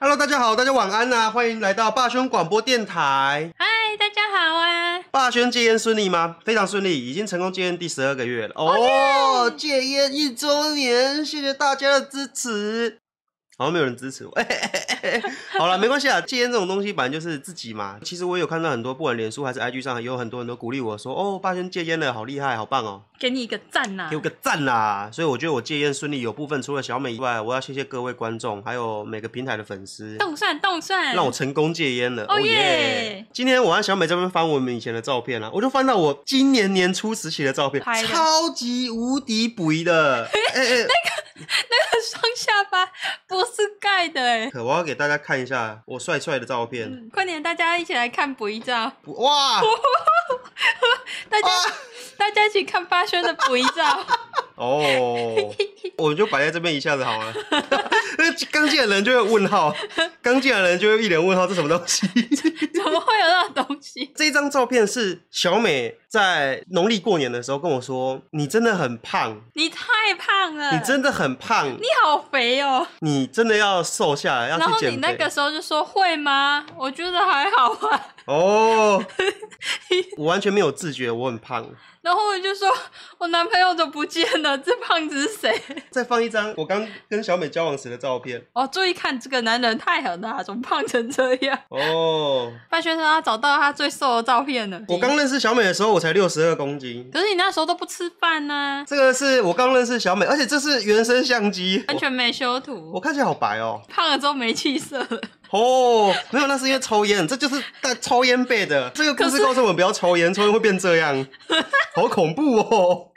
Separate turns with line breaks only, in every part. Hello，大家好，大家晚安呐、欢迎来到霸兄广播电台。
嗨，大家好啊！
霸兄戒烟顺利吗？非常顺利，已经成功戒烟第十二个月了。哦，戒烟一周年，谢谢大家的支持。好像没有人支持我。 好了，没关系啊，戒烟这种东西本来就是自己嘛。其实我有看到很多，不管脸书还是 IG 上，有很多人都鼓励我说：“哦，霸兄戒烟了，好厉害，好棒哦。”
给你一个赞呐、
给我个赞啦！所以我觉得我戒烟顺利，有部分除了小美以外，我要谢谢各位观众，还有每个平台的粉丝，
动算动算，
让我成功戒烟了。
哦
哦耶
耶！
今天我和小美这边翻我们以前的照片啊，我就翻到我今年年初时期的照片，
拍的
超级无敌补 的。哎哎，
双下巴不是盖的哎、
可我要给大家看一下我帅帅的照片。
嗯快点，大家一起来看补一照，
不哇！
大家、
啊
大家一起看八轩的补一 照，
哦，我们就摆在这边一下子好了。 那刚进来的人就会问号，刚进来的人就会一脸问号，这什么东西？
怎么会有那种东西？
这张照片是小美在农历过年的时候跟我说：“你真的很胖，
你太胖了，
你真的很胖
嗯你，好肥哦、
你真的要瘦下来，要
然后
去
你
减
那
肥。
个时候就说会吗？我觉得还好啊。”
哦，我完全没有自觉，我很胖。
然后我就说，我男朋友都不见了，这胖子是谁？
再放一张我刚跟小美交往时的照片。
哦，注意看这个男人太狠了，啊怎么胖成这样？
哦，
范先生他找到他最瘦的照片了。
我刚认识小美的时候，我才六十二公斤。
可是你那时候都不吃饭呢、
这个是我刚认识小美，而且这是原生相机，
完
我
全没修
我
图，
看起来好白哦。
胖了之后没气色了。
哦，没有，那是因为抽烟，这就是在抽烟背的。这个故
可
事
是
告诉我们不要抽烟，抽烟会变这样，好恐怖哦！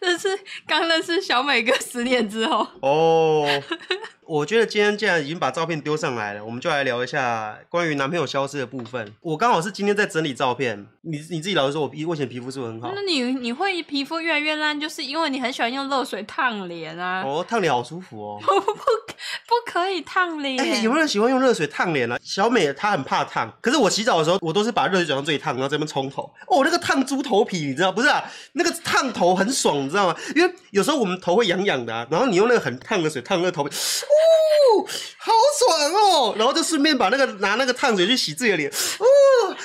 这是刚认识小美哥十年之后，
哦， 我觉得今天既然已经把照片丢上来了，我们就来聊一下关于男朋友消失的部分。我刚好是今天在整理照片，你你自己老实说，我皮我以前皮肤是不是很好
那？你你会皮肤越来越烂，就是因为你很喜欢用热水烫脸啊。
哦，烫脸好舒服哦。
不不不可以烫脸，
哎、有没有人喜欢用热水烫脸啊？小美她很怕烫，可是我洗澡的时候，我都是把热水转到最烫，然后这边冲头。哦，那个烫猪头皮，你知道不是啊？那个烫头很爽，你知道吗？因为有时候我们头会痒痒的、啊，然后你用那个很烫的水烫那个头皮，哦，好爽哦！然后就顺便把那个拿那个烫水去洗自己的脸，哦，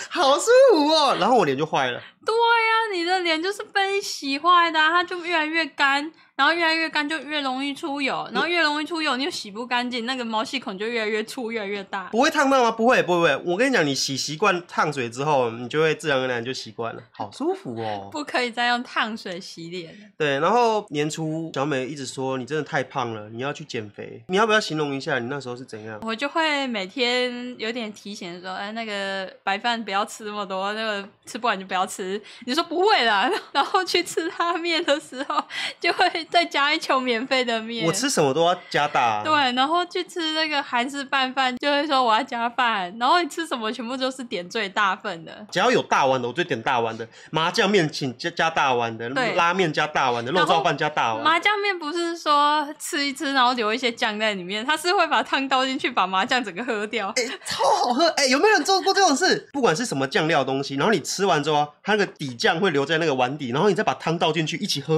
好舒服哦！然后我脸就坏了。
对呀、你的脸就是被你洗坏的、啊，它就越来越干，然后越来越干就越容易出
嗯
油，然后越容易出油你又洗不干净，那个毛细孔就越来越粗，越来越大。
不会烫到吗？不会，不会，不会。我跟你讲，你洗习惯烫水之后，你就会自然而然就习惯了，好舒服哦。
不可以再用烫水洗脸了。
对，然后年初小美一直说你真的太胖了，你要去减肥。你要不要形容一下你那时候是怎样？
我就会每天有点提醒说，哎，那个白饭不要吃那么多，那个吃不完就不要吃。你说不会啦， 然后去吃拉面的时候，就会再加一球免费的面。
我哦吃什么都要加大、啊。
对，然后去吃那个韩式拌饭，就会说我要加饭，然后你吃什么全部都是点最大份的。
只要有大碗的，我就点大碗的；麻酱面请加加大碗的，
对
拉面加大碗的，肉
然后
燥饭加大碗。
麻酱面不是说吃一吃，然后留一些酱在里面，它是会把汤倒进去，把麻酱整个喝掉。
超好喝！哎、有没有人做过这种事？不管是什么酱料的东西，然后你吃完之后啊，它那个底酱会留在那个碗底，然后你再把汤倒进去一起喝。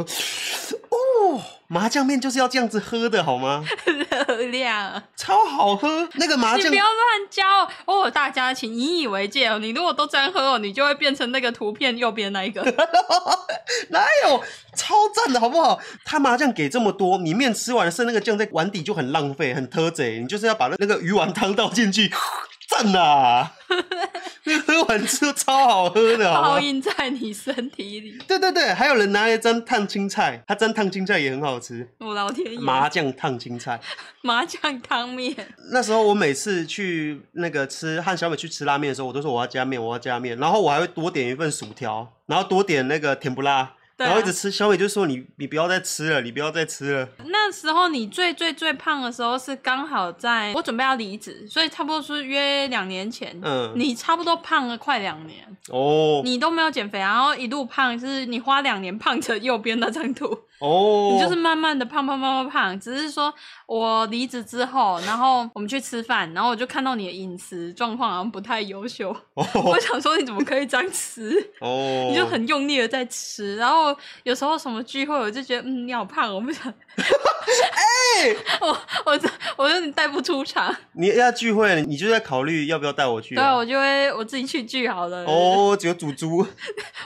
哦，麻酱面就是要这样子喝的好吗？
热量，
超好喝！啊那个麻
你
酱
不要乱教哦，大家请引以为戒哦。你如果都这样喝哦，你就会变成那个图片右边那一个。
哪有超赞的好不好？他麻酱给这么多，你面吃完剩那个酱在碗底就很浪费，很偷贼。你就是要把那个鱼丸汤倒进去，赞啊！那个喝完之后超好喝的， 好啊
烙
吗？
印在你身体里，
对对对，还有人拿来沾烫青菜，它沾烫青菜也很好吃，
我老天爷！
麻酱烫青菜。
麻酱汤面，
那时候我每次去那个吃和小美去吃拉面的时候，我都说我要加面，我要加面，然后我还会多点一份薯条，然后多点那个甜不辣，
对啊
然后一直吃。小美就说你你不要再吃了，你不要再吃了。
那时候你最最最胖的时候是刚好在我准备要离职，所以差不多是约两年前，
嗯
你差不多胖了快两年，
哦
你都没有减肥，然后一路胖，就是你花两年胖成右边那张图，
哦，
你就是慢慢的胖胖胖胖胖，只是说我离职之后，然后我们去吃饭，然后我就看到你的饮食状况好像不太优秀，
哦
我想说你怎么可以这样吃？
哦，
你就很用力的在吃，然后有时候什么聚会，我就觉得嗯你好胖，我不想
哎、对，
我我这我有点带不出场，
你要聚会，你就在考虑要不要带我去、
对啊，我就会我自己去聚好了。
哦，只有煮猪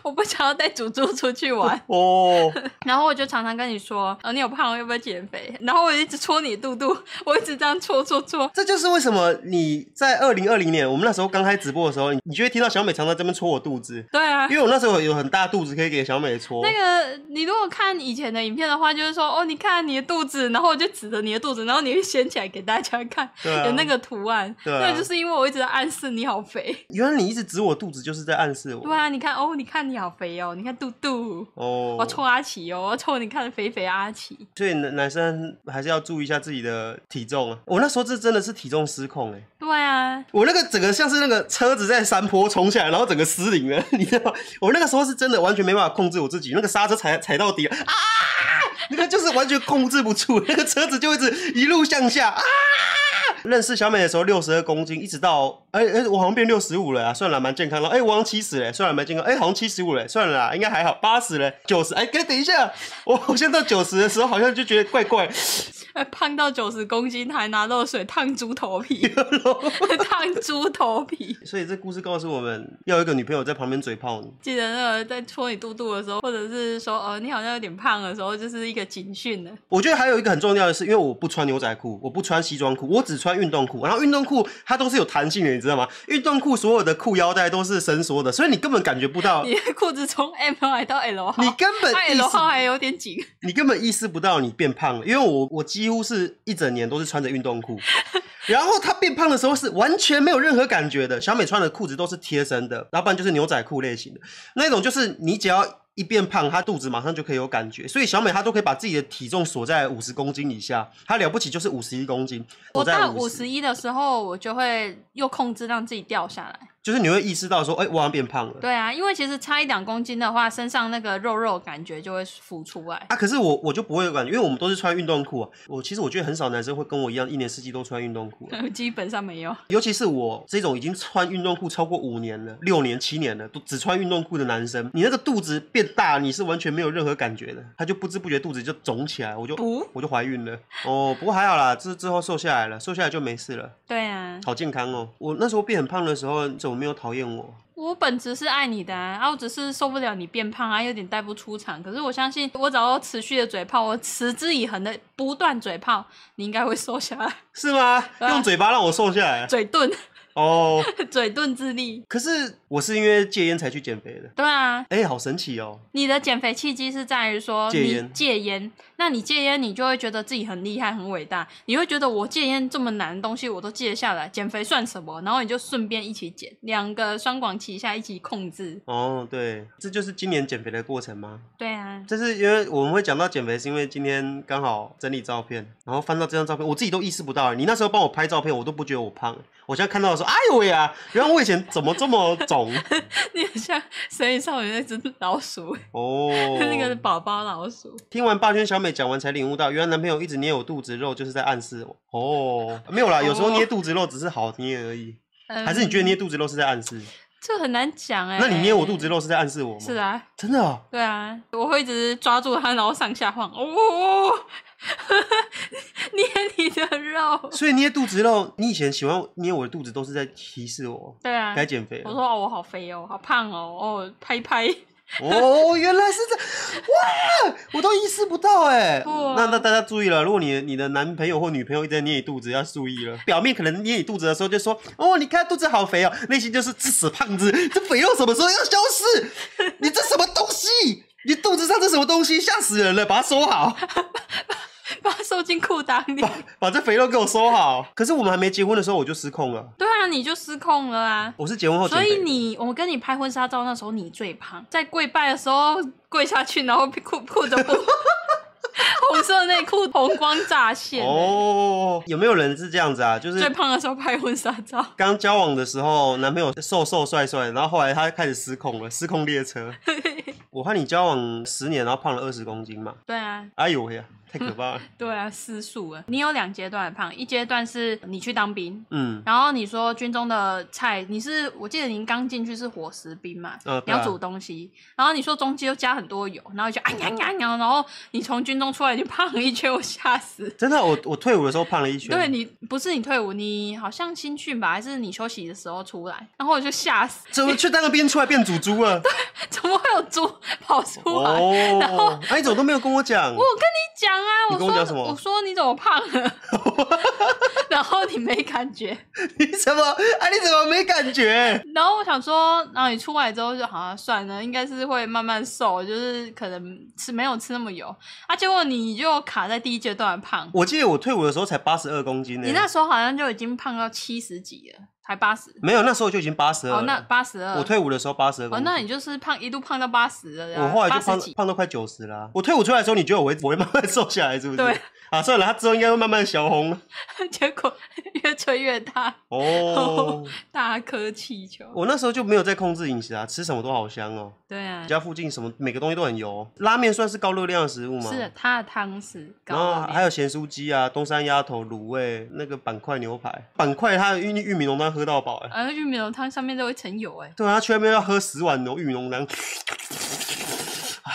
我不想要带祖祖出去玩，
哦，
然后我就常常跟你说，呃，你有胖，要不要减肥？然后我一直戳你肚肚，我一直这样戳戳戳，
这就是为什么你在二零二零年，我们那时候刚开直播的时候，你你就会听到小美常常这边戳我肚 子，
对啊
因。为我那时候有很大肚子可以给小美戳。
那个，你如果看以前的影片的话，就是说，哦，你看你的肚子，然后我就指着你的肚子，然后你会掀起来给大家看，
对啊
有那个图案。
对啊
那就是因为我一直在暗示你好肥。
原来你一直指我肚子，就是在暗示我。
对啊，你看，哦，你看你好肥哦，你看肚肚，
哦
我要戳阿奇哦，我要戳你看肥肥阿奇。
所以男男生还是要注意一下自己的体重啊。我那时候这真的是体重失控哎、
对啊，
我那个整个像是那个车子在山坡冲下来，然后整个失灵了， 你知道吗？我那个时候是真的完全没办法控制我自己，那个刹车踩踩到底啊，那个就是完全控制不住，那个车子就一直一路向下啊。认识小美的时候六十二公斤，一直到哎哎、我好像变六十五了啊，算了蛮健康了。哎、我好像七十了，算了蛮健康。哎、好像七十五了，算了啦，应该还好。八十了，九十哎，哥等一下，我好像到九十的时候好像就觉得怪怪，
哎胖到九十公斤还拿热水烫猪 头皮，烫猪头皮。
所以这故事告诉我们要有一个女朋友在旁边嘴炮你。
记得那个在戳你肚肚的时候，或者是说呃你好像有点胖的时候，就是一个警讯了。
我觉得还有一个很重要的是，因为我不穿牛仔裤，我不穿西装裤，我只穿运动裤。然后运动裤它都是有弹性的，你知道吗？运动裤所有的裤腰带都是伸缩的，所以你根本感觉不到，
你的裤子从 M 来到 L 号，
你根本
它
意
L
识
号还有点紧，
你根本意识不到你变胖了。因为我我几乎是一整年都是穿着运动 裤，然后她变胖的时候是完全没有任何感觉的。小美穿的裤子都是贴身的，然后不然就是牛仔裤类型的那一种，就是你只要。一变胖，她肚子马上就可以有感觉，所以小美她都可以把自己的体重锁在五十公斤以下，她了不起就是五十一公斤，
我
在
到五
十
十一的时候，我就会又控制让自己掉下来。
就是你会意识到说，哎、我好像变胖了。
对啊，因为其实差一两公斤的话，身上那个肉肉感觉就会浮出来。
啊，可是我我就不会有感觉，因为我们都是穿运动裤啊。我其实我觉得很少男生会跟我一样，一年四季都穿运动裤啊、
基本上没有，
尤其是我这种已经穿运动裤超过五年了、六年、七年了，都只穿运动裤的男生，你那个肚子变大，你是完全没有任何感觉的，他就不知不觉肚子就肿起来，我就
不
我就怀孕了。哦，不过还好啦，之之后瘦下来了，瘦下来就没事了，
对啊，
好健康哦。我那时候变很胖的时候，你怎么没有讨厌我？
我本质是爱你的啊，啊我只是受不了你变胖啊，有点带不出场。可是我相信，我只要持续的嘴炮，我持之以恒的不断嘴炮，你应该会瘦下来。
是吗？
对啊
用嘴巴让我瘦下来啊
嘴遁，
哦。
嘴遁自立。
可是我是因为戒烟才去减肥的。
对啊，
哎、好神奇哦！
你的减肥契机是在于说
戒
你
烟
戒烟，那你戒烟，你就会觉得自己很厉害、很伟大，你会觉得我戒烟这么难的东西我都戒得下来，减肥算什么？然后你就顺便一起减，两个双管齐下，一起控制。
哦，对，这就是今年减肥的过程吗？
对啊，
这是因为我们会讲到减肥，是因为今天刚好整理照片，然后翻到这张照片，我自己都意识不到。你那时候帮我拍照片，我都不觉得我胖。我现在看到的时候，哎呦喂啊，原来我以前怎么这么 肿
你很像《神隐少女》那只老鼠。？
哦
那个宝宝老鼠，
听完霸轩小美讲完，才领悟到，原来男朋友一直捏我肚子肉，就是在暗示我。哦，没有啦，有时候
哦
捏肚子肉只是好捏而已，
嗯
还是你觉得捏肚子肉是在暗示？
这很难讲哎、
那你捏我肚子肉是在暗示我吗？
是，啊，
真的、哦。
对啊，我会一直抓住它，然后上下晃，哦， 捏你的肉，
所以捏肚子肉，你以前喜欢捏我的肚子，都是在提示我
对啊
该，减肥
我
了。
说哦，我好肥哦，好胖哦，哦，拍拍，
哦，原来是这，哇，我都意识不到哎、
不啊
那那大家注意了，如果你你的男朋友或女朋友一直在捏你肚子，要注意了。表面可能捏你肚子的时候就说，哦，你看肚子好肥哦，内心就是这死胖子，这肥肉什么时候要消 失？你这什么东西？你肚子上这什么东西？吓死人了！把它收好，
把它收进裤裆里。
把把这肥肉给我收好。可是我们还没结婚的时候，我就失控了。
对啊，你就失控了啊。
我是结婚后减
所
哦肥的，
以你，我跟你拍婚纱照那时候你最胖，在跪拜的时候跪下去，然后裤裤子不 红色内裤红光乍现、
哦，有没有人是这样子啊？就是
最胖的时候拍婚纱照。
刚交往的时候，男朋友瘦瘦帅帅，然后后来他开始失控了，失 控列车。我和你交往十年，然后胖了二十公斤嘛。
对啊，
哎呦喂呀、太可怕了。
对啊，失速了。你有两阶段的胖，一阶段是你去当兵，
嗯，
然后你说军中的菜，你是我记得您刚进去是伙食兵嘛，
呃，
你
对啊
要煮东西，然后你说中间又加很多油，然后你就哎呀呀呀，然后你从军中出来你胖了一圈，我吓死。
真的，我我退伍的时候胖了一圈。
对你不是你退伍，你好像新训吧，还是你休息的时候出来，然后我就吓死，
怎么去当个兵出来变猪猪了？
怎么会有猪跑出来？
哦，哎，你怎么都没有跟我讲
我？跟你讲啊，
你
我
跟
说
我讲什么
我说你怎么胖 了， 然后你没感觉，
你怎么？哎，你怎么没感觉？
然后我想说，然后你出来之后就好像算了，应该是会慢慢瘦，就是可能吃没有吃那么油啊。结果你就卡在第一阶段的胖，
我记得我退伍的时候才八十二公斤呢、
你那时候好像就已经胖到七十几了，才八十。
没有，那时候就已经八十
哦
二，
那
了。
八十二，
呃我退伍的时候八十二公
哦，
斤。
那你就是胖一度胖到八十了呀，
我后来就
啊八
胖
十几。
胖到快九十啦。我退伍出来的时候，你觉得我会 我会慢慢瘦下来是不是？
对。
啊，算了，他之后应该会慢慢小红。
结果越吹越大，
哦，
大颗气球。
我那时候就没有在控制饮食啊，吃什么都好香哦。
对啊，
家附近什么每个东西都很油，哦拉面算是高热量的食物吗？
是它的汤是
然后
高啊的
还有咸酥鸡啊，东山鸭头、卤味，那个板块牛排，板块它的玉玉米浓汤喝到饱哎、
然后玉米浓汤上面都有一层油、欸，
对啊，他去那边要喝十碗浓玉米浓汤，
哎，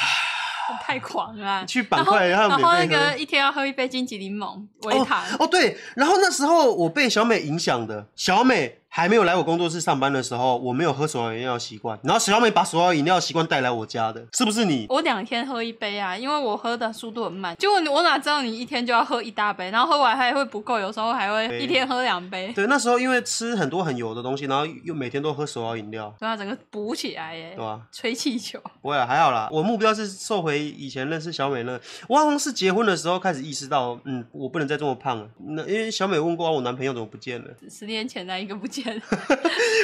太狂了啊、
去板
然后，
块
然
他
后那
免费喝。
个一天要喝一杯金桔柠檬微糖，
哦，对，然后那时候我被小美影响的，小美还没有来我工作室上班的时候，我没有喝手摇饮料的习惯，然后小美把手摇饮料的习惯带来我家的，是不是你？
我两天喝一杯啊，因为我喝的速度很慢。结果你我哪知道你一天就要喝一大杯，然后喝完还会不够，有时候还会
对
一天喝两杯，
对，那时候因为吃很多很油的东西，然后又每天都喝手摇饮料，
对啊，整个补起来耶
对。吧？
吹气球，
不会啊，还好啦。我目标是瘦回以前认识小美那，我好像是结婚的时候开始意识到，嗯，我不能再这么胖了。那因为小美问过、啊、我男朋友怎么不见了，
十年前那一个不见
嗯
了。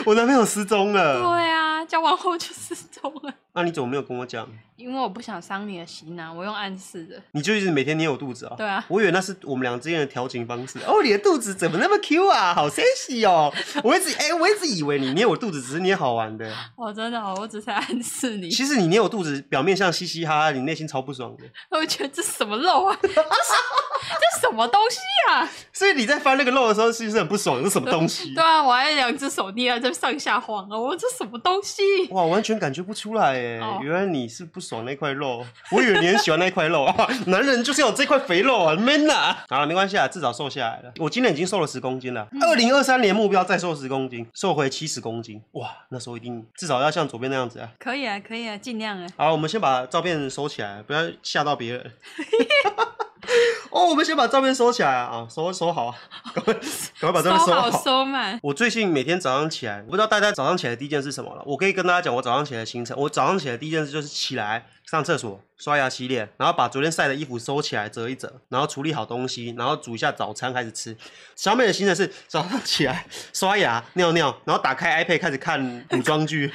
我男朋友失踪了，
对啊，交往后就失踪了。
那、你怎么没有跟我讲？
因为我不想伤你的心啊，我用暗示的。
你就一直每天捏我肚子啊？
对啊，
我以为那是我们俩之间的调情方式。哦，你的肚子怎么那么 Q 啊？好 sexy 哦！我一直哎、我一直以为你捏我肚子只是捏好玩的，
哦，真的、哦，我只是暗示你。
其实你捏我肚子，表面上嘻嘻哈哈，你内心超不爽的。
我觉得这什么肉啊，这是这什么东西啊？
所以你在翻那个肉的时候，是不是很不爽？这是什么东西
对？啊，我还两只手捏在这上下晃啊，我这什么东西？
哇，完全感觉不出来哎、
哦
原来你是不爽那块肉，我以为你很喜欢那块肉 啊。男人就是要有这块肥肉啊，man 啊！好了，没关系啊，至少瘦下来了。我今年已经瘦了十公斤了，
嗯
二零二三年目标再瘦十公斤，瘦回七十公斤。哇，那时候一定至少要像左边那样子啊。
可以啊，可以啊，尽量啊。
好，我们先把照片收起来，不要吓到别人。哦，我们先把照片收起来啊，收收好啊， 赶快赶快把照片
收
好。
收满，
我最近每天早上起来，我不知道大家早上起来的第一件事是什么了。我可以跟大家讲，我早上起来的行程。我早上起来的第一件事就是起来上厕所、刷牙、洗脸，然后把昨天晒的衣服收起来折一折，然后处理好东西，然后煮一下早餐开始吃。小美的行程是早上起来刷牙、尿尿，然后打开 iPad 开始看古装剧。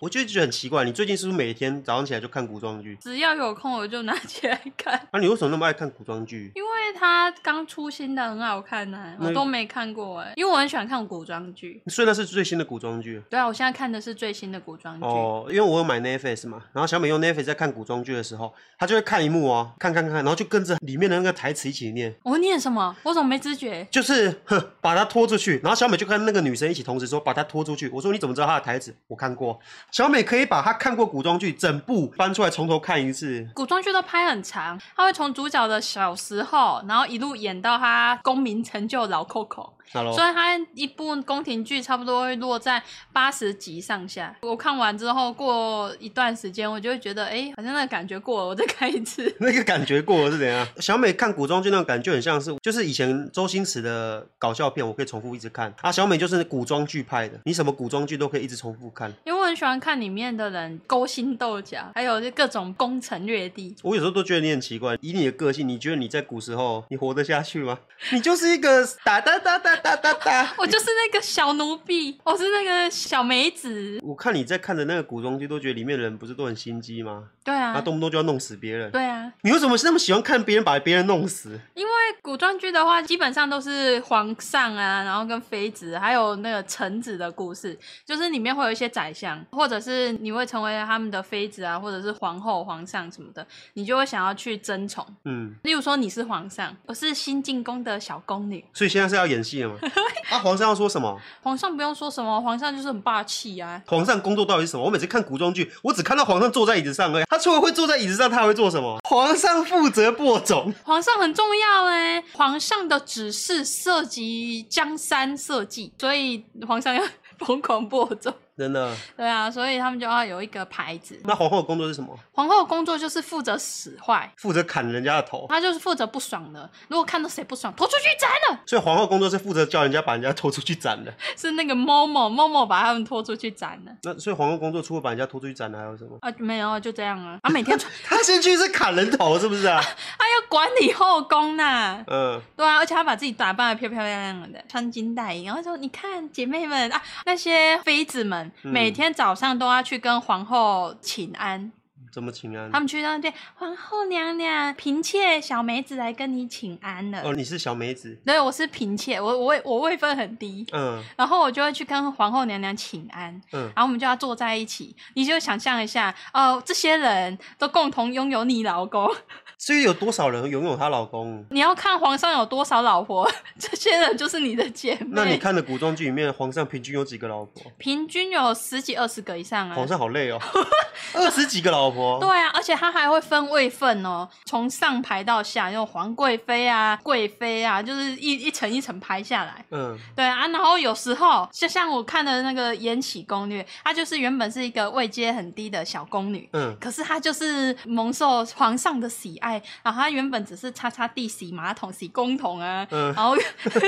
我就觉得很奇怪，你最近是不是每天早上起来就看古装剧？啊
只要有空我就拿起来看，
那、你为什么那么爱看古装剧？
因为它刚出新的很好看呢、
那
我都没看过哎、因为我很喜欢看古装剧。
虽然是最新的古装剧，
对啊，我现在看的是最新的古装剧。
哦，因为我有买 Netflix 嘛，然后小美用 Netflix 在看古装剧的时候，她就会看一幕哦，看看看，然后就跟着里面的那个台词一起念，
我念什么？我怎么没知觉？
就是哼，把她拖出去，然后小美就跟那个女生一起同时说把她拖出去。我说你怎么知道她的台词？我看过，小美可以把她看过古装剧整部翻出来从头看一次。
古装剧都拍很长，它会从主角的小时候，然后一路演到他功名成就老 Coco。
哈喽，
所以它一部宫廷剧差不多会落在八十集上下。我看完之后，过一段时间，我就会觉得，哎、好像那个感觉过了，我再看一次。
那个感觉过了是怎样？小美看古装剧那种感觉很像是，就是以前周星驰的搞笑片，我可以重复一直看啊。小美就是古装剧派的，你什么古装剧都可以一直重复看。
因为我很喜欢看里面的人勾心斗角，还有就各种攻城略地。
我有时候都觉得你很奇怪，以你的个性，你觉得你在古时候你活得下去吗？ 你就是一个打打打打打打打。
我就是那个小奴婢，我是那个小梅子。
我看你在看的那个古装剧，都觉得里面的人不是都很心机吗？
对
然
啊
后，动不动就要弄死别人。
对啊，
你为什么那么喜欢看别人把别人弄死？
因为古装剧的话，基本上都是皇上啊，然后跟妃子，还有那个臣子的故事，就是里面会有一些宰相，或者是你会成为他们的妃子啊，或者是皇后、皇上什么的，你就会想要去争宠。
嗯，
例如说你是皇上，我是新进宫的小宫女，
所以现在是要演戏了吗？啊，皇上要说什么？
皇上不用说什么，皇上就是很霸气啊，
皇上工作到底是什么？我每次看古装剧，我只看到皇上坐在椅子上而已。他除了会坐在椅子上，他还会做什么？皇上负责播种，
皇上很重要哎，皇上的指示涉及江山社稷，所以皇上要 疯狂播种。
真的。
对啊，所以他们就要有一个牌子。
那皇后的工作是什么？
皇后的工作就是负责使坏，
负责砍人家的头。
她就是负责不爽的。如果看到谁不爽，拖出去斩了，
所以皇后的工作是负责叫人家把人家拖出去斩的。
是那个某某某某把他们拖出去斩了。
那所以皇后工作除了把人家拖出去斩的，还有什么？
啊，没有，就这样啊。啊，每天她
他先去是砍人头，是不 是啊？
要管理后宫呐、
嗯，
对啊，而且她把自己打扮的漂漂亮亮的，穿金戴银，然后说：“你看姐妹们啊，那些妃子们、
嗯
每天早上都要去跟皇后请安，
怎么请啊安
他？们去那边，皇后娘娘、嫔妾、小梅子来跟你请安了。
哦，你是小梅子。
对，我是嫔妾，我我位我位分很低，
嗯
然后我就会去跟皇后娘娘请安，
嗯，
然后我们就要坐在一起。你就想象一下，哦、这些人都共同拥有你老公，
所以有多少人拥有她老公？
你要看皇上有多少老婆，这些人就是你的姐妹。
那你看的古装剧里面，皇上平均有几个老婆？
平均有十几二十个以上啊。
皇上好累 哦，二十几个老婆。
对啊，而且他还会分位分哦，从上排到下，有皇贵妃啊、贵妃啊，就是一一层一层排下来。
嗯，
对啊，然后有时候就像我看的那个《延禧攻略》，她就是原本是一个位阶很低的小宫女，
嗯，
可是她就是蒙受皇上的喜爱，然后她原本只是擦擦地、洗马桶、洗公桶啊，
嗯
然后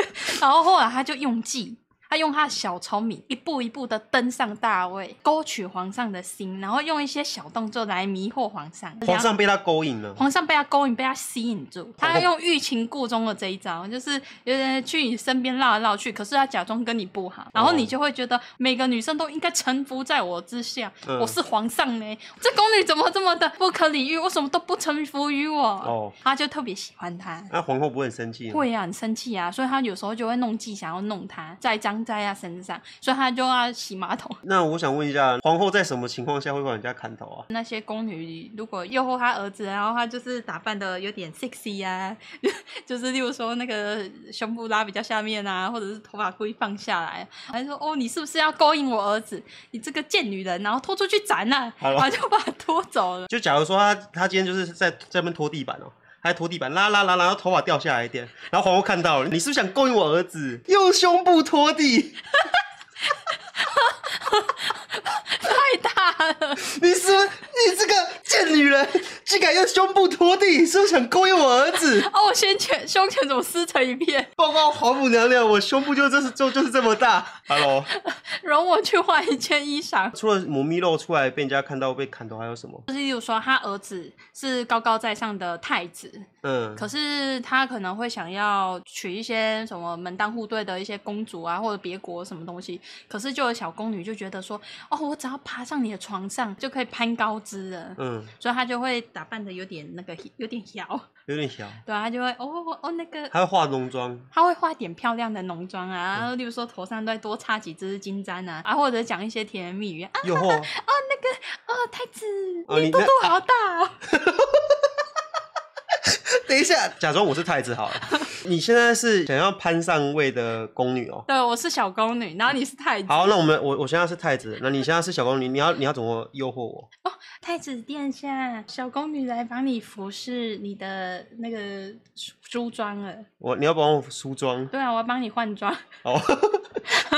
然后后来她就用计。她用她的小聪明，一步一步的登上大位，勾取皇上的心，然后用一些小动作来迷惑皇上。
皇上被她勾引了。
皇上被他勾引，被他吸引住，他用欲擒故纵的这一招，就是有点去你身边绕来绕去，可是他假装跟你不
哦
好，然后你就会觉得每个女生都应该臣服在我之下，
嗯
我是皇上呢，这宫女怎么这么的不可理喻，为什么都不臣服于我？
哦嗯
他就特别喜欢他。
那皇后不会很生气吗？
会啊，很生气啊，所以他有时候就会弄计想要弄他，栽赃在他身上，所以他就要洗马桶。
那我想问一下，皇后在什么情况下会把人家砍头啊？
那些宫女如果诱惑她儿子，然后她就是打扮的有点 sexy 啊， 就是例如说那个胸部拉比较下面啊，或者是头发故意放下来，还说哦你是不是要勾引我儿子？你这个贱女人，然后拖出去斩啊，
好了
然后就把她拖走了。
就假如说她她今天就是在在那边拖地板哦、她在拖地板，啦啦啦啦，然后头发掉下来一点，然后皇后看到了，你是不是想勾引我儿子？用胸部拖地，
太大了，
你是不是你这个贱女人，竟敢用胸部拖地，是不是想勾引我儿子？
哦我先前胸前怎么撕成一片？
报告皇母娘娘，我胸部就这是就就是这么大。Hello，
容我去换一件衣裳。
除了母咪露出来被人家看到被砍头，还有什么？
就是例如说，他儿子是高高在上的太子，
嗯，
可是他可能会想要娶一些什么门当户对的一些公主啊，或者别国什么东西。可是就有小宫女就觉得说，哦，我只要爬上你的床上就可以攀高枝了。
嗯，
所以她就会打扮的有点那个，有点摇，
有点小，
对啊，她就会哦哦那个，
还要化浓妆。
她会化点漂亮的浓妆啊，
嗯
然后例如说头上再多插几支金簪啊，啊或者讲一些甜言蜜语啊，
诱惑，
哦那个哦太子，
哦
你
你
肚
那
肚好大、哦，
等一下，假装我是太子好了。你现在是想要攀上位的宫女哦。
对，我是小宫女，然后你是太子，
好，那我们我我现在是太子，那你现在是小宫女，你要你要怎么诱惑我？
太子殿下，小宫女来帮你服侍你的那个梳梳妆了。
我你要帮我梳妆
对啊，我要帮你换装。
哦。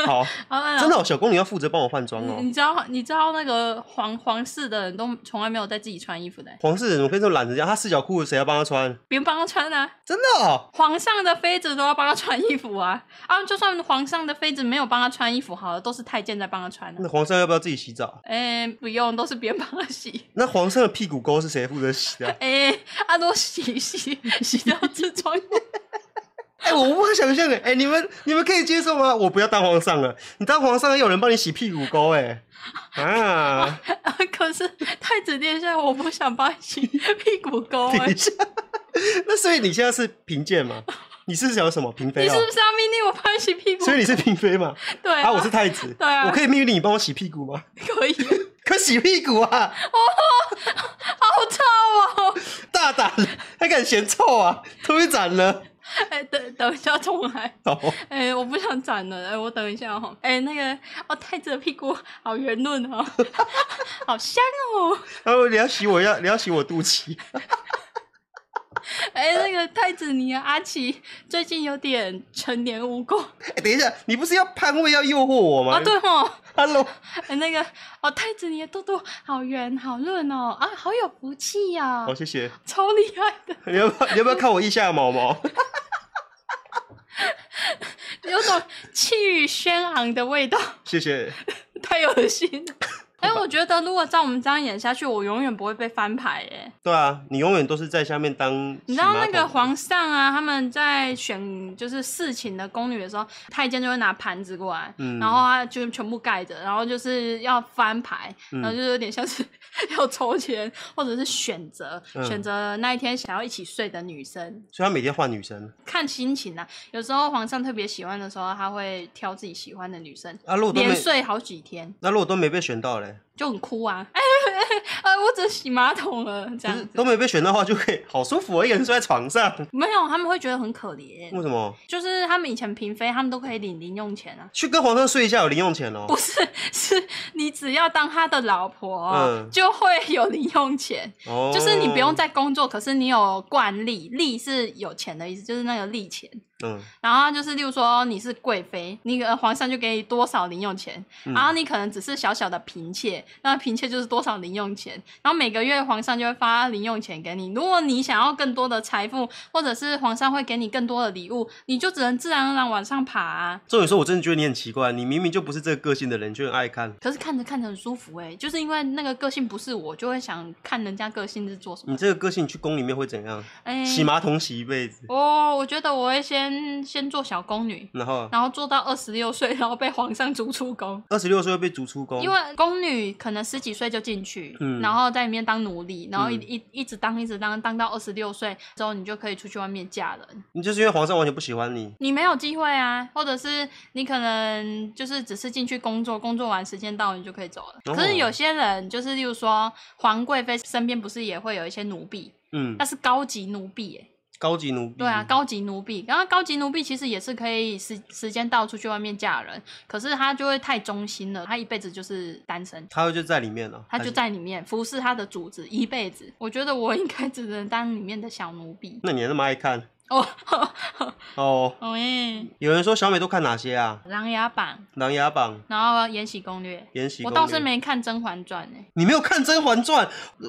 好，
啊，
真的、哦，小宫女要负责帮我换妆
你
哦。
你知道你知道那个皇皇室的人都从来没有在自己穿衣服的欸，
皇室怎么可以这么懒成这样？他四角裤谁要帮他穿？
别人帮他穿啊。
真的哦，
皇上的妃子都要帮他穿衣服啊啊！就算皇上的妃子没有帮他穿衣服，好了，都是太监在帮他穿、啊。
那皇上要不要自己洗澡？
哎、不用，都是别人帮他洗。？
那皇上的屁股沟是谁负责洗的
哎、阿多洗洗洗到痔 疮。
哎、我无法想象哎，哎、你们你们可以接受吗？我不要当皇上了，你当皇上要有人帮你洗屁股沟哎、啊，
可是太子殿下，我不想帮你洗屁股沟、
等
欸
一。下， 那所以你现在是嫔贱吗？你是想要什么嫔妃
你
啊
是？不是要命令我帮你洗屁股？
所以你是嫔妃嘛？
对
啊，我是太子。
对啊
我可以命令你帮我洗屁股吗？
可以，
可洗屁股啊！
好臭哦！
大胆，还敢嫌臭啊？都被斩了。
哎，等等一下重来。
哦，
哎、我不想展了，哎、我等一下哈、哎、那个，哦，太子的屁股好圆润哦， 好香哦。
然啊后你要洗我要你要洗我肚脐，
哎、那个太子，你的阿奇最近有点成年无垢
哎、等一下，你不是要潘位要诱惑我吗？
啊，对哦。
，Hello，
哎、那个，哦，太子，你的肚肚好圆好润哦，啊，好有福气呀、
好、谢谢。
超厉害的，
你要不要你要不要看我腋下的毛毛？
有种气宇轩昂的味道，
谢谢。
太恶心了。 哎、我觉得如果照我们这样演下去，我永远不会被翻牌哎、
对啊，你永远都是在下面当。
你知道那个？皇上啊，他们在选就是侍寝的宫女的时候，太监就会拿盘子过来，
嗯
然后他就全部盖着，然后就是要翻牌，
嗯
然后就有点像是 要抽签或者是选择、
嗯
选择那一天想要一起睡的女生，
所以他每天换女生
看心情啊。有时候皇上特别喜欢的时候，他会挑自己喜欢的女生，
啊，如果都
连
没
睡好几天，
那如果都没被选到嘞，
就很哭啊， 哎、哎哎我只洗马桶了这
可
样
是
子。
都没被选到的话，就可以好舒服哦，一个人睡在床 上。
没有，他们会觉得很可怜。
为什么？
就是他们以前嫔妃，他们都可以领零用钱啊。
去跟皇上睡一下有零用钱哦。
不是，是你只要当他的老婆，
嗯
就会有零用钱。
哦，
就是你不用。再工作，可是你有惯例，例是有钱的意思，就是那个例钱。
嗯，
然后就是，例如说你是贵妃，那个皇上就给你多少零用钱，
嗯
然后你可能只是小小的嫔妾，那嫔妾就是多少零用钱，然后每个月皇上就会发零用钱给你。如果你想要更多的财富，或者是皇上会给你更多的礼物，你就只能自然而然往上爬、啊。
这种时候我真的觉得你很奇怪，你明明就不是这个个性的人，却很爱看。
可是看着看着很舒服哎、就是因为那个个性不是我，就会想看人家个性是做什
你
么。
这个个性，你去宫里面会怎样？
哎、
洗马桶洗一辈子，
哦，我觉得我会先先做小宫女，
然后
然后做到二十六岁，然后被皇上逐出宫。
二十六岁会被逐出宫
因。为宫女可能十几岁就进去，
哦嗯
然后在里面当奴隶，然后一、
嗯
一一直当一直当，当到二十六岁之后，你就可以出去外面嫁人。
你就是因为皇上完全不喜欢你，
你没有机会啊，或者是你可能就是只是进去工作，工作完时间到了你就可以走了。
哦
可是有些人就是，例如说皇贵妃身边不是也会有一些奴婢，
嗯
那，是高级奴婢、欸，
高级奴婢。
对啊，高级奴婢，然后高级奴婢其实也是可以时时间到出去外面嫁人，可是她就会太忠心了，她一辈子就是单身。
他就在里面了，还。
他就是在里面服侍他的主子一辈子。我觉得我应该只能当里面的小奴婢。
那你还那么爱看
哦，
哦？
哦耶，
有人说小美都看哪些啊？
《琅琊榜》，
《琅琊榜》《
然后《延禧攻略》
延禧攻
我
略》。
倒是没看《甄嬛传》诶，
你没有看《甄嬛传》，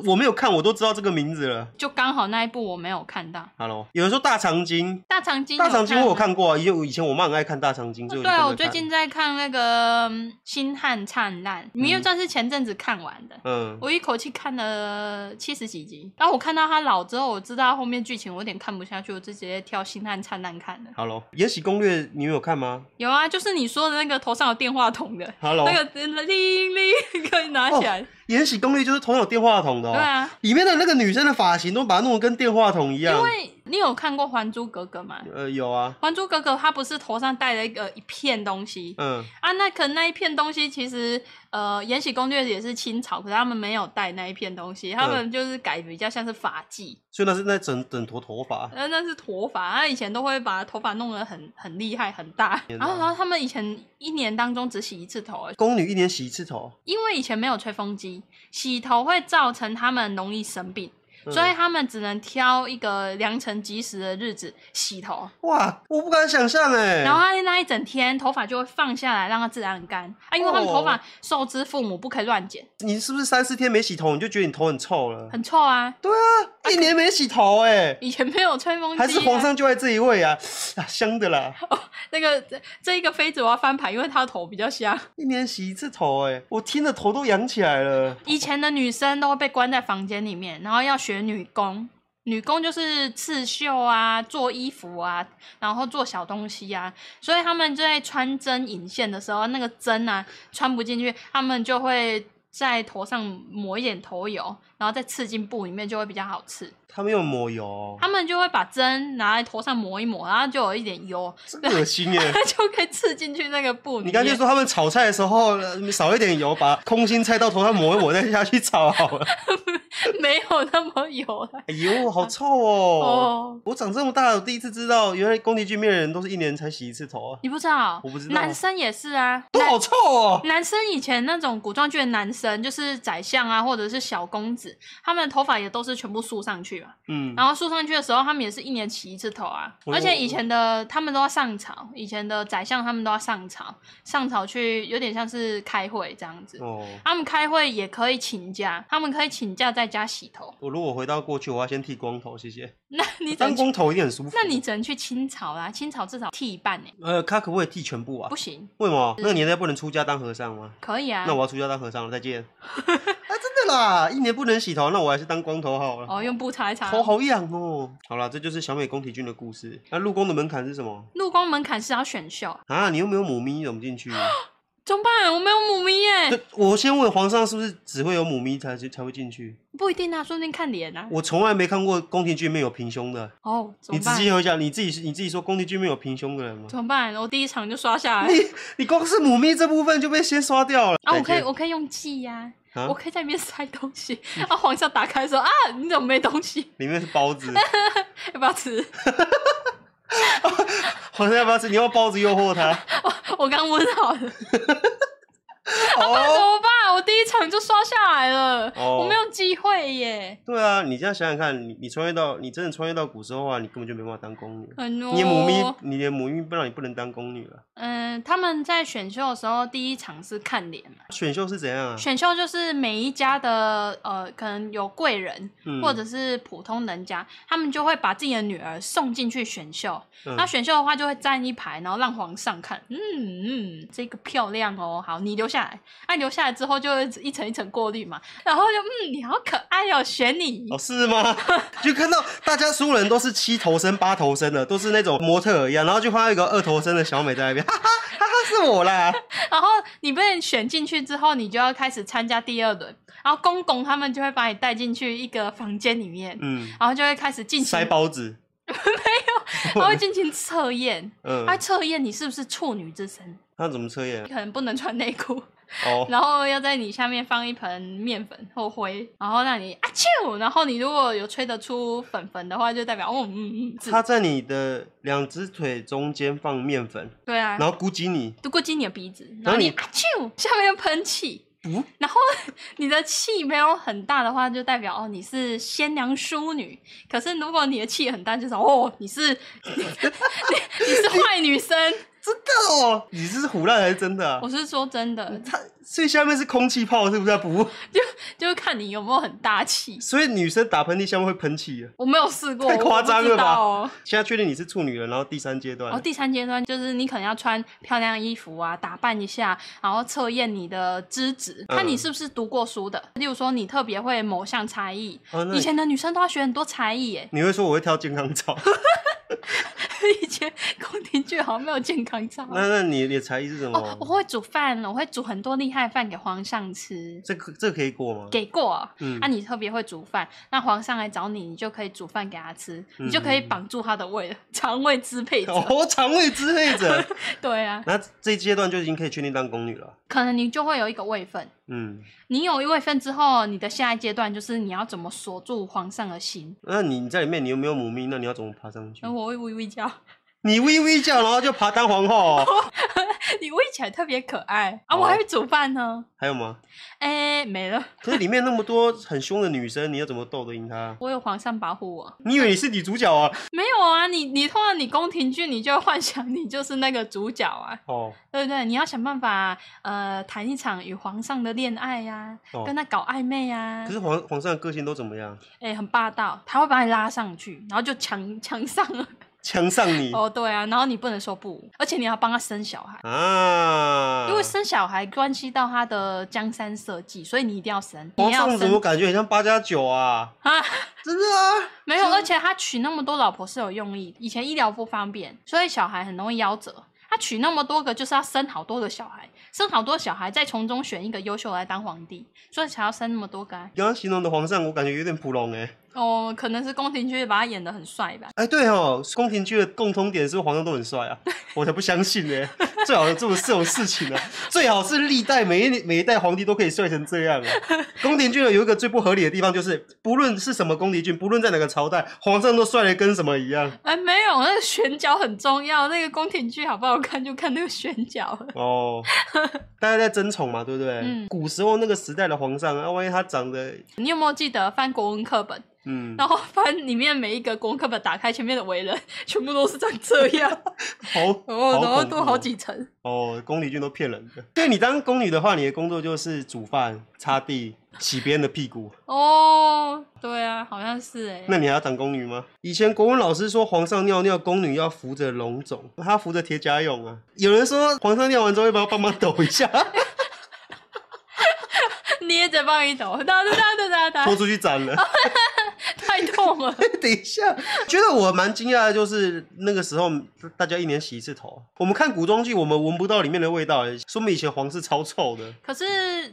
我没有看，我都知道这个名字了。
就刚好那一部我没有看到。
Hello，有人说大长今，
大长今，
大长今我有
看吗。
看过啊，以前以前我妈很爱看大长今，所以
对
我就跟
啊，
着
我最
看
近在看那个《星汉灿烂》，《明月传》是前阵子看完的。
嗯，
我一口气看了七十几集，然后我看到他老之后，我知道后面剧情我有点看不下去，我就直接挑《星汉灿烂》看了。
Hello，《延禧攻略》你有看吗
有啊，就是你说的那个头上有电话筒的，
？Hello，
那个铃铃可以拿起来，
延禧攻略》就是同有电话筒的、哦，
对啊，
里面的那个女生的发型都把它弄得跟电话筒一样。
因为你有看过《还珠格格》吗？
呃，有啊，
《还珠格格》它不是头上戴了一个一片东西
嗯，
啊？那可能那一片东西其实，呃，《延禧攻略》也是清朝，可是他们没有戴那一片东西，他们就是改比较像是发髻，
所以那是那整整坨头发，
呃，那是头发。他以前都会把头发弄得很很厉害很大，然后然后他们以前一年当中只洗一次头，
宫女一年洗一次头，
因为以前没有吹风机，洗头会造成他们容易生病。
嗯
所以他们只能挑一个良辰吉时的日子洗头，
哇，我不敢想象哎。
然后他那一整天头发就会放下来，让它自然干啊，因为他们
哦
头发受之父母，不可以乱剪，
你是不是三四天没洗头，你就觉得你头很臭了？
很臭啊。
对啊，一年没洗头哎、
以前没有吹风机、啊，
还是皇上就爱这一位啊，啊香的啦，
那个这这一个妃子我要翻牌，因为她的头比较香。
一年洗一次头哎、我听的头都痒起来了。
以前的女生都会被关在房间里面，然后要学女工。女工就是刺绣啊，做衣服啊，然后做小东西啊，所以他们在穿针引线的时候，那个针啊穿不进去，他们就会在头上抹一点头油，然后再刺进布里面，就会比较好吃。
他们有抹油，
他们就会把针拿在头上抹一抹，然后就有一点油，
真恶心耶！
它就可以刺进去那个布里面。
你干脆说他们炒菜的时候呃少一点油，把空心菜到头上抹一抹，再下去炒好 了。
没有那么油了。
哎呦，好臭哦！
哦，
我长这么大，我第一次知道，原来宫崎骏面的人都是一年才洗一次头啊，
你不知道？
我不知道
男生也是啊，
都好臭哦！
男生以前那种古装剧的男生，就是宰相啊，或者是小公子，他们的头发也都是全部梳上去嘛。
嗯，
然后梳上去的时候，他们也是一年洗一次头啊。
哦
而且以前的他们都要上朝，以前的宰相他们都要上朝，上朝去有点像是开会这样子。
哦，
他们开会也可以请假，他们可以请假在家洗头。
我如果回到过去，我要先剃光头，谢谢。
那你只
当
能去，
光头一定很舒服。
那你只能去清朝啦，清朝至少剃一半呢、
呃，他可不可以剃全部啊
不？嗯行，
为什么那个年代不能出家当和尚吗？
可以啊。
那我要出家当和尚了，再 见。啊，真的啦，一年不能洗头，那我还是当光头好了。
哦，用布擦一擦。
头好痒哦。好啦，这就是小美宫崎骏的故事。那入宫的门槛是什么
入宫门槛是要选秀，
啊？你又没有母咪，怎么进 去？
怎么办？我没有母咪耶、
这我先问皇上，是不是只会有母咪才才会进去？
不一定啊，说不定看脸啊。
我从来没看过宫崎骏没有平胸的。
哦，怎
你
么
仔细
办？
回想，你自己你自己说宫崎骏没有平胸的人吗？
怎么办？我第一场就刷下来。
你光是母咪这部分就被先刷掉了。
啊，我
再
可以，
见
我可以用计呀、
啊嗯
我可以在里面塞东西。啊，皇上打开说啊，你怎么没东西？
里面是包子，
要不要 吃？
皇上要不要吃？你用包子诱惑他？
我刚问好了，啊怎
哦，
么办？我第一场就刷下来了，
哦
我没有机会耶。
对啊，你这样想想看，你你穿越到你真的穿越到古时候啊，你根本就没办法当宫女。
很
你的母咪
哦，，
你的母咪不让你不能当宫女了。
嗯，他们在选秀的时候，第一场是看脸嘛。
选秀是怎样啊？
选秀就是每一家的呃，可能有贵人
嗯
或者是普通人家，他们就会把自己的女儿送进去选秀。
嗯
那选秀的话，就会站一排，然后让皇上看，嗯嗯，这个漂亮哦，好，你留下来。那、你留下来之后，就会一层一层过滤嘛，然后就嗯，你好可爱哦，选你。
哦，是吗？ 就看到大家所有人都是七头身、八头身的，都是那种模特儿一样，然后就看到一个二头身的小美在那边，哈哈哈哈，是我 啦！
然后你被选进去之后，你就要开始参加第二轮，然后公公他们就会把你带进去一个房间里面，
嗯，
然后就会开始进
塞
行，
包子，
他会进行测验，
嗯
他，测验你是不是处女之身，
那怎么测验
你？可能不能穿内裤。
哦，
然后要在你下面放一盆面粉或灰，然后让你啊啾，然后你如果有吹得出粉粉的话，就代表哦嗯嗯，是
他在你的两只腿中间放面粉，
对啊，
然后估计你，
就过进你的鼻子，
然
然
后
后
你
你啊啾，下面又喷气，
嗯
然后 你的气没有很大的话，就代表哦你是贤良淑女；可是如果你的气很大，就是哦你是 你你你是坏女生。
真的哦，你这是胡乱还是真的、啊
我？是说真的，
它所以下面是空气泡，是不是在补？
就是看你有没有很大 气。
所以女生打喷嚏下面会喷气啊。
我没有试过，
太夸张了吧
我不知道哦
现在确定你是处女了，然后第三阶段
然后哦第三阶段就是你可能要穿漂亮衣服啊，打扮一下，然后测验你的资质，
嗯
看你是不是读过书的。例如说，你特别会某项才艺，
哦那。
以前的女生都要学很多才艺耶
你会说我会跳健康操，
以前宫廷剧好像没有健康操。
那那你你的才艺是什么？
哦，我会煮饭，我会煮很多厉害的饭给皇上吃。
这个这个可以过吗？
给过啊，
嗯
啊你特别会煮饭，那皇上来找你，你就可以煮饭给他吃，你就可以绑住他的胃了，肠胃支配者。
嗯哦，肠胃支配 者。
对啊，
那这一阶段就已经可以确定当宫女了。
可能你就会有一个位分，
嗯，
你有一位分之后，你的下一阶段就是你要怎么锁住皇上的心。
那你你在里面你又没有母命，那你要怎么爬上去
呃然？后我会微微叫，
你微微叫，然后就爬当皇后哦、
你喂起来特别可爱啊！
哦
我还会煮饭呢。
还有吗？
哎、没了，
可是里面那么多很凶的女生，你要怎么斗得赢她？
我有皇上保护我。
你以为你是女主角啊？
没有啊，你你通常你宫廷剧，你就会幻想你就是那个主角 啊，
哦，
对不对？你要想办法呃谈一场与皇上的恋爱呀、
哦
跟他搞暧昧呀、
可是皇皇上的个性都怎么样？
哎、很霸道，他会把你拉上去，然后就强强上了。
强上你、
哦，对啊，然后你不能说不，而且你要帮他生小孩。
啊？
因为生小孩关系到他的江山社稷，所以你一定要生，你
皇
要
上怎么
生
感觉很像八加九啊？
啊！
真的啊？
没有，而且他娶那么多老婆是有用意。以前医疗不方便，所以小孩很容易夭折。他娶那么多个，就是要生好多个小孩，生好多小孩，再从中选一个优秀来当皇帝，所以才要生那么多个啊。
刚刚形容的皇上，我感觉有点普龙哎、
哦，可能是宫廷剧把他演的很帅吧。
哎，对哦，宫廷剧的共通点是不是皇上都很帅 啊，我才不相信呢、最好有这种这种事情啊，最好是历代每一每一代皇帝都可以帅成这样啊。宫廷剧呢有一个最不合理的地方，就是不论是什么宫廷剧，不论在哪个朝代，皇上都帅的跟什么一样。
哎，没有，那个选角很重要。那个宫廷剧好不好看，就看那个选角了。
哦，大家在争宠嘛，对不对？
嗯
古时候那个时代的皇上啊，万一他长得，
你有没有记得翻国文课本，
嗯，
然后翻里面每一个国文课本，打开前面的为人，全部都是长这样，
好，
哦，然后
恐怖
多好几层。
哦，宫廷剧都骗人的。对你当宫女的话，你的工作就是煮饭、擦地、洗别人的屁股。
哦，对啊，好像是哎、
那你还要当宫女吗？以前国文老师说，皇上尿尿，宫女要扶着龙种，她扶着铁甲蛹啊。有人说，皇上尿完之后要不要帮忙抖一下，
捏着棒一抖，哒哒哒哒哒
拖
哒，
出去斩了？ 哎
太痛了。
等一下，觉得我蛮惊讶的，就是那个时候大家一年洗一次头。啊我们看古装剧，我们闻不到里面的味道，欸说明以前皇室超臭的。
可是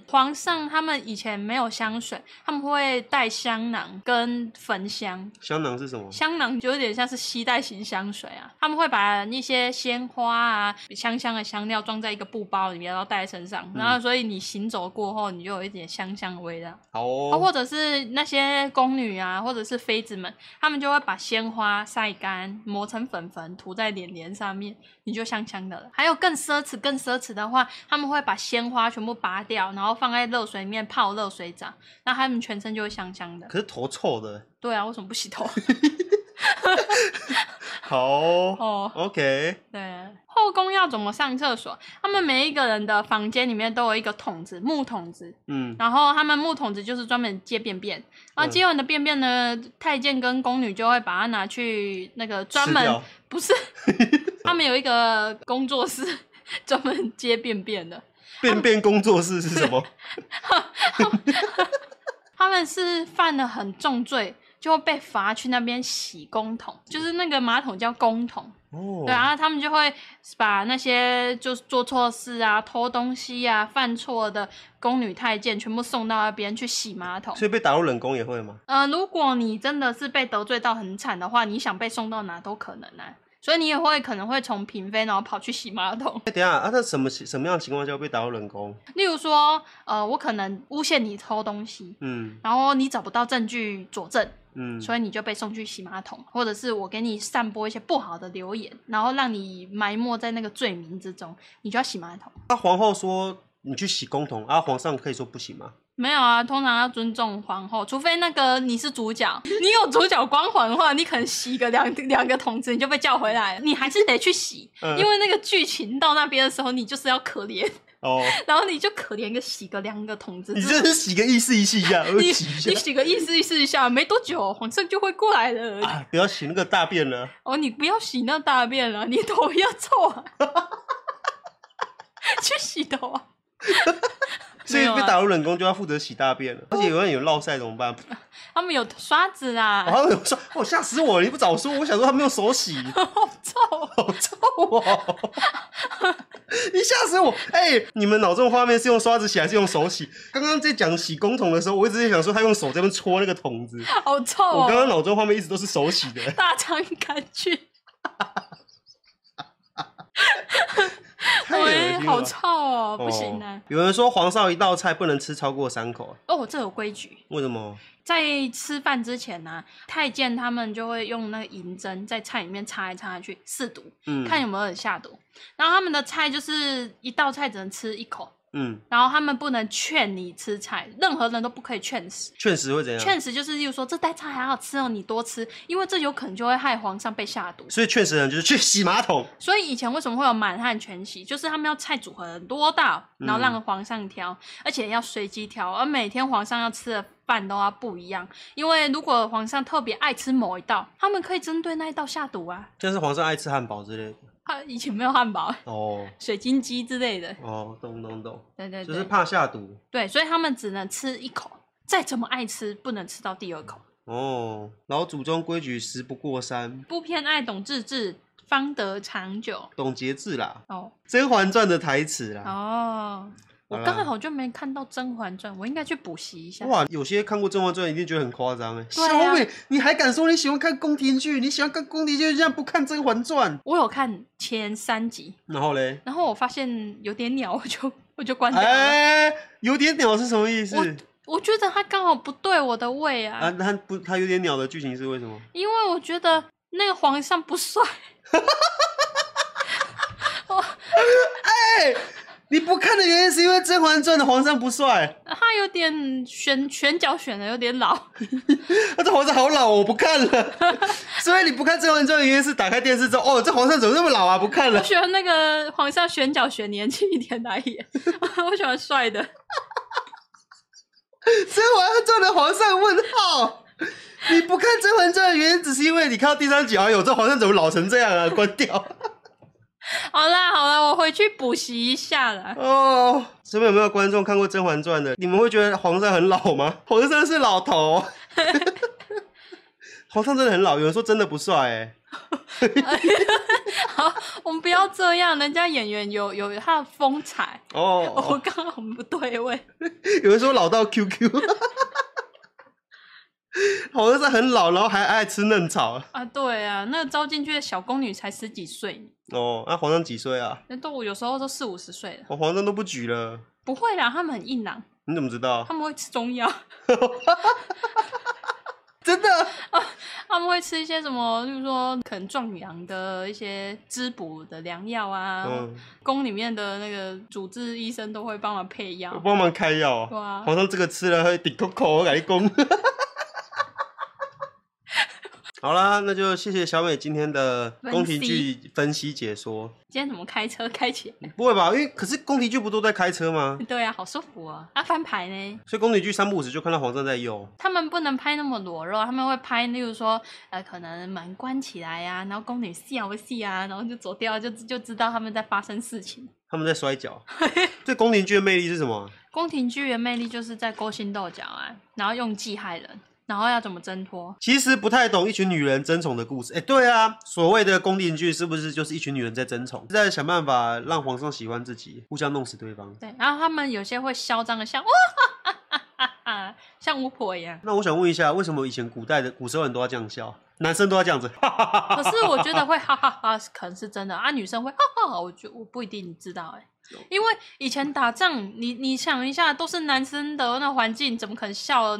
皇上他们以前没有香水，他们会带香囊跟焚香。
香囊是什么？
香囊就有点像是吸带型香水啊，他们会把那些鲜花啊、香香的香料装在一个布包里面，然后带在身上，然
嗯
后所以你行走过后，你就有一点香香的味道。
好
啊，
哦，
或者是那些宫女啊，或者是妃子们，她们就会把鲜花晒干，磨成粉粉，涂在脸脸上面，你就香香的了。还有更奢侈、更奢侈的话，他们会把鲜花全部拔掉，然后放在热水里面泡热水澡，那他们全身就会香香的。
可是头臭的。欸
对啊，为什么不洗头？
好哦
哦，
，OK，
对，后宫要怎么上厕所？他们每一个人的房间里面都有一个桶子，木桶子，
嗯，
然后他们木桶子就是专门接便便，然后接完的便便呢，太监跟宫女就会把它拿去那个专
吃
门
掉
不是， 他们有一个工作室专门接便便的，
便便工作室是什么？
他们是犯了很重罪。就会被罚去那边洗公桶，就是那个马桶叫公桶，
哦，
对，啊然后他们就会把那些就是做错事啊、偷东西啊、犯错的宫女太监全部送到那边去洗马桶。
哦所以被打入冷宫也会吗？
呃，如果你真的是被得罪到很惨的话，你想被送到哪都可能啊。所以你也会可能会从嫔妃，然后跑去洗马桶。
哎、等一下啊，那什么什么样的情况下会被打入冷宫？
例如说，呃，我可能诬陷你偷东西，
嗯
然后你找不到证据佐证，
嗯，
所以你就被送去洗马桶，或者是我给你散播一些不好的流言，然后让你埋没在那个罪名之中，你就要洗马桶。
啊，皇后说你去洗公桶，啊，皇上可以说不行吗？
没有啊，通常要尊重皇后，除非那个你是主角， 你有主角光环的话，你可能洗个两两个桶子你就被叫回来了，你还是得去洗，
嗯
因为那个剧情到那边的时候，你就是要可怜，
哦，
然后你就可怜个洗个两个桶子，
你这是洗个意思意思一下，我
你
洗一
你
下
洗个意思意思一下，没多久皇上就会过来 了。
啊，不要洗那个大便了。
哦，你不要洗那大便了，你头要臭啊， 去洗头啊。
所以
没有啊
被打入冷宫就要负责洗大便了，而且有人有落塞怎么办？
他们有刷子啊啦，
好像有说，哦，吓死我了！你不早说，我想说他没有手洗，
好臭啊。
好臭哦！ 你吓死我！哎、你们脑中画面是用刷子洗还是用手洗？刚刚在讲洗公桶的时候，我一直在想说他用手在那边搓那个桶子，
好臭哦！
我刚刚脑中画面一直都是手洗的。
大肠杆菌，
太恶心了吧
好臭哦，不行
哦
啊！
有人说皇上一道菜不能吃超过三口，
哦，这有规矩，
为什么？
在吃饭之前呢、太监他们就会用那个银针在菜里面插来插去试毒，
嗯，
看有没有人下毒。然后他们的菜就是一道菜只能吃一口，
嗯，
然后他们不能劝你吃菜，任何人都不可以劝食。
确实会怎样？
劝食就是，例如说这道菜好好吃哦，你多吃，因为这有可能就会害皇上被下毒。
所以确实人就是去洗马桶。
所以以前为什么会有满汉全席？就是他们要菜组合很多道，然后
嗯
让皇上挑，而且要随机挑，而每天皇上要吃的饭都要不一样。因为如果皇上特别爱吃某一道，他们可以针对那一道下毒啊。
像是皇上爱吃汉堡之类的。
他以前没有汉堡、
哦
水晶鸡之类的，
哦，懂懂懂，
对对
就
对，
是怕下毒。
对，所以他们只能吃一口，再怎么爱吃，不能吃到第二口。
哦，老祖宗规矩食不过三。
不偏爱懂自治，方得长久。
董洁志啦，
哦
《甄嬛传》的台词啦。
哦，我
好啦
刚好就没看到《甄嬛传》，我应该去补习一下。
哇，有些看过《甄嬛传》一定觉得很夸张哎。
对啊
小美，你还敢说你喜欢看宫廷剧？你喜欢看宫廷剧，竟然不看《甄嬛传》？
我有看前三集，
然后嘞，
然后我发现有点鸟，我就我就关掉了。
哎、有点鸟是什么意思？
我觉得它刚好不对我的胃啊，
啊，他不，他有点鸟的剧情是为什么？
因为我觉得那个皇上不帅。
你不看的原因是因为《甄嬛传》的皇上不帅，
他有点选选角选的有点老，
啊，这皇上好老哦，我不看了。所以你不看《甄嬛传》的原因是打开电视之后，哦，这皇上怎么那么老啊？不看
我
了。
喜欢那个皇上选角选年轻一点来演， 我喜欢帅的。
《甄嬛传》的皇上问号。你不看《甄嬛传》的原因，只是因为你看到第三集，哎呦，这皇上怎么老成这样啊？关掉
好啦好啦，我回去补习一下啦。
哦。身边有没有观众看过《甄嬛传》的？你们会觉得皇上很老吗？皇上是老头，哦 皇上真的很老。有人说真的不帅哎、
好，我们不要这样，人家演员有有他的风采，
哦，
我刚好不对位。
有人说老到 QQ，皇上很老，然后还爱吃嫩草。
啊，对啊，那个招进去的小宫女才十几岁，
哦，那、皇上几岁啊？
那都我有时候都四五十岁了。
我、皇上都不举了，
不会啦，他们很硬朗，
你怎么知道
他？们会吃中药，
真的？
啊他们会吃一些什么，例如说可能壮阳的一些滋补的良药啊，
嗯，
宫里面的那个主治医生都会帮忙配
我
药。
帮忙开药啊
对。啊，
皇上这个吃了会顶口口，我改攻。 好啦，那就谢谢小美今天的宫廷剧分析解说。
今天怎么开车开起来？
不会吧？因为可是宫廷剧不都在开车吗？
对啊，好舒服啊！啊，翻牌呢？
所以宫廷剧三不五时就看到皇上在用。
他们不能拍那么裸露，他们会拍，例如说，呃，可能门关起来呀、然后宫女笑一笑啊，然后就走掉，就就知道他们在发生事情。
他们在摔跤。这宫廷剧的魅力是什么？
宫廷剧的魅力就是在勾心斗角啊，然后用计害人，然后要怎么挣脱？
其实不太懂一群女人争宠的故事。哎、对啊，所谓的宫廷剧是不是就是一群女人在争宠，在想办法让皇上喜欢自己，互相弄死对方？
对，然后他们有些会嚣张的像哇哈哈哈哈哈，像巫婆一样。
那我想问一下，为什么以前古代的古时候人都要这样笑，男生都要这样子？哈哈哈哈
可是我觉得会哈哈哈，可能是真的啊。女生会哈哈哈，我觉我不一定知道哎、因为以前打仗，你你想一下，都是男生的那环境，怎么可能笑？
啊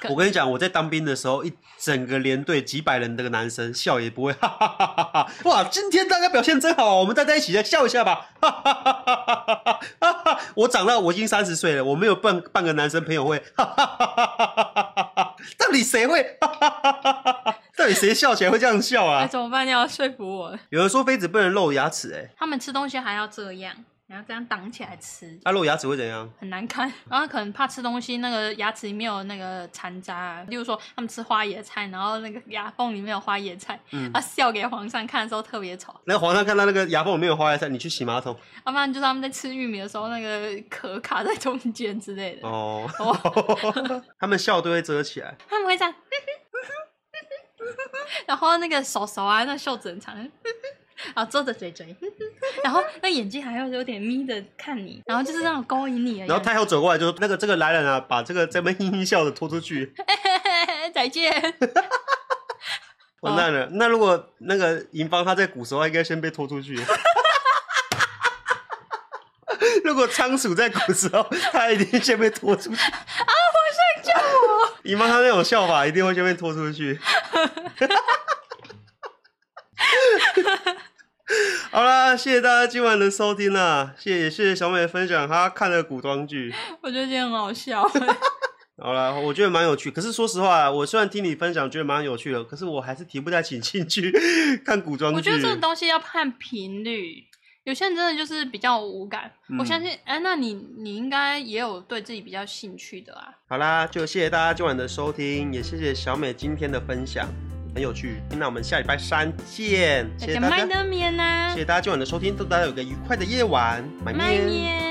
可
我跟你讲，我在当兵的时候，一整个连队几百人的男生笑也不会，哈哈哈哈哈！哇，今天大家表现真好，我们大家一起来笑一下吧，哈哈哈哈哈哈！哈哈，我长大，我已经三十岁了，我没有半半个男生朋友会，哈哈哈哈哈哈！到底谁会？哈哈哈哈哈哈！到底谁笑起来会这样笑
哎、
啊？
怎么办？你要说服我。
有人说妃子不能露牙齿、欸，哎，
他们吃东西还要这样，然后这样挡起来吃，
那露牙齿会怎样？
很难看。然后可能怕吃东西，那个牙齿里面有那个残渣啊，例如说他们吃花椰菜，然后那个牙缝里面有花椰菜，
嗯
他、笑给皇上看的时候特别丑。
那皇上看到那个牙缝里面有花椰菜，你去洗马桶
要、不然就是他们在吃玉米的时候，那个壳卡在中间之类 的。
哦。
哦，
他们笑都会遮起来，
他们会这样， 然后那个手手啊，那袖子很长，然后遮着嘴嘴，然后那眼睛还会有点眯着看你，然后就是那种勾引你的
然
样
后
子。
太后走过来就那个这个来人啊，把这个在那边嘻嘻笑的拖出去。
再见。
完蛋了！那如果那个银芳她在古时候，她应该先被拖出去。 如果仓鼠在古时候，她一定先被拖出去。啊！皇上救我！银芳她那种笑法，一定会先被拖出去。 好啦，谢谢大家今晚的收听啦，谢谢也谢谢小美分享她看的古装剧。
我觉得今天很好笑。
好啦，我觉得蛮有趣。可是说实话啊，我虽然听你分享觉得蛮有趣的，可是我还是提不太起兴趣 看古装剧。
我觉得这种东西要看频率，有些人真的就是比较无感。
嗯
我相信，哎、那你你应该也有对自己比较兴趣的啊。
好啦，就谢谢大家今晚的收听，也谢谢小美今天的分享，很有趣。那我们下礼拜三见，谢谢大
麦
家，
德棉呢
谢？谢大家今晚的收听，祝大家有个愉快的夜晚，晚
麦
安。
面。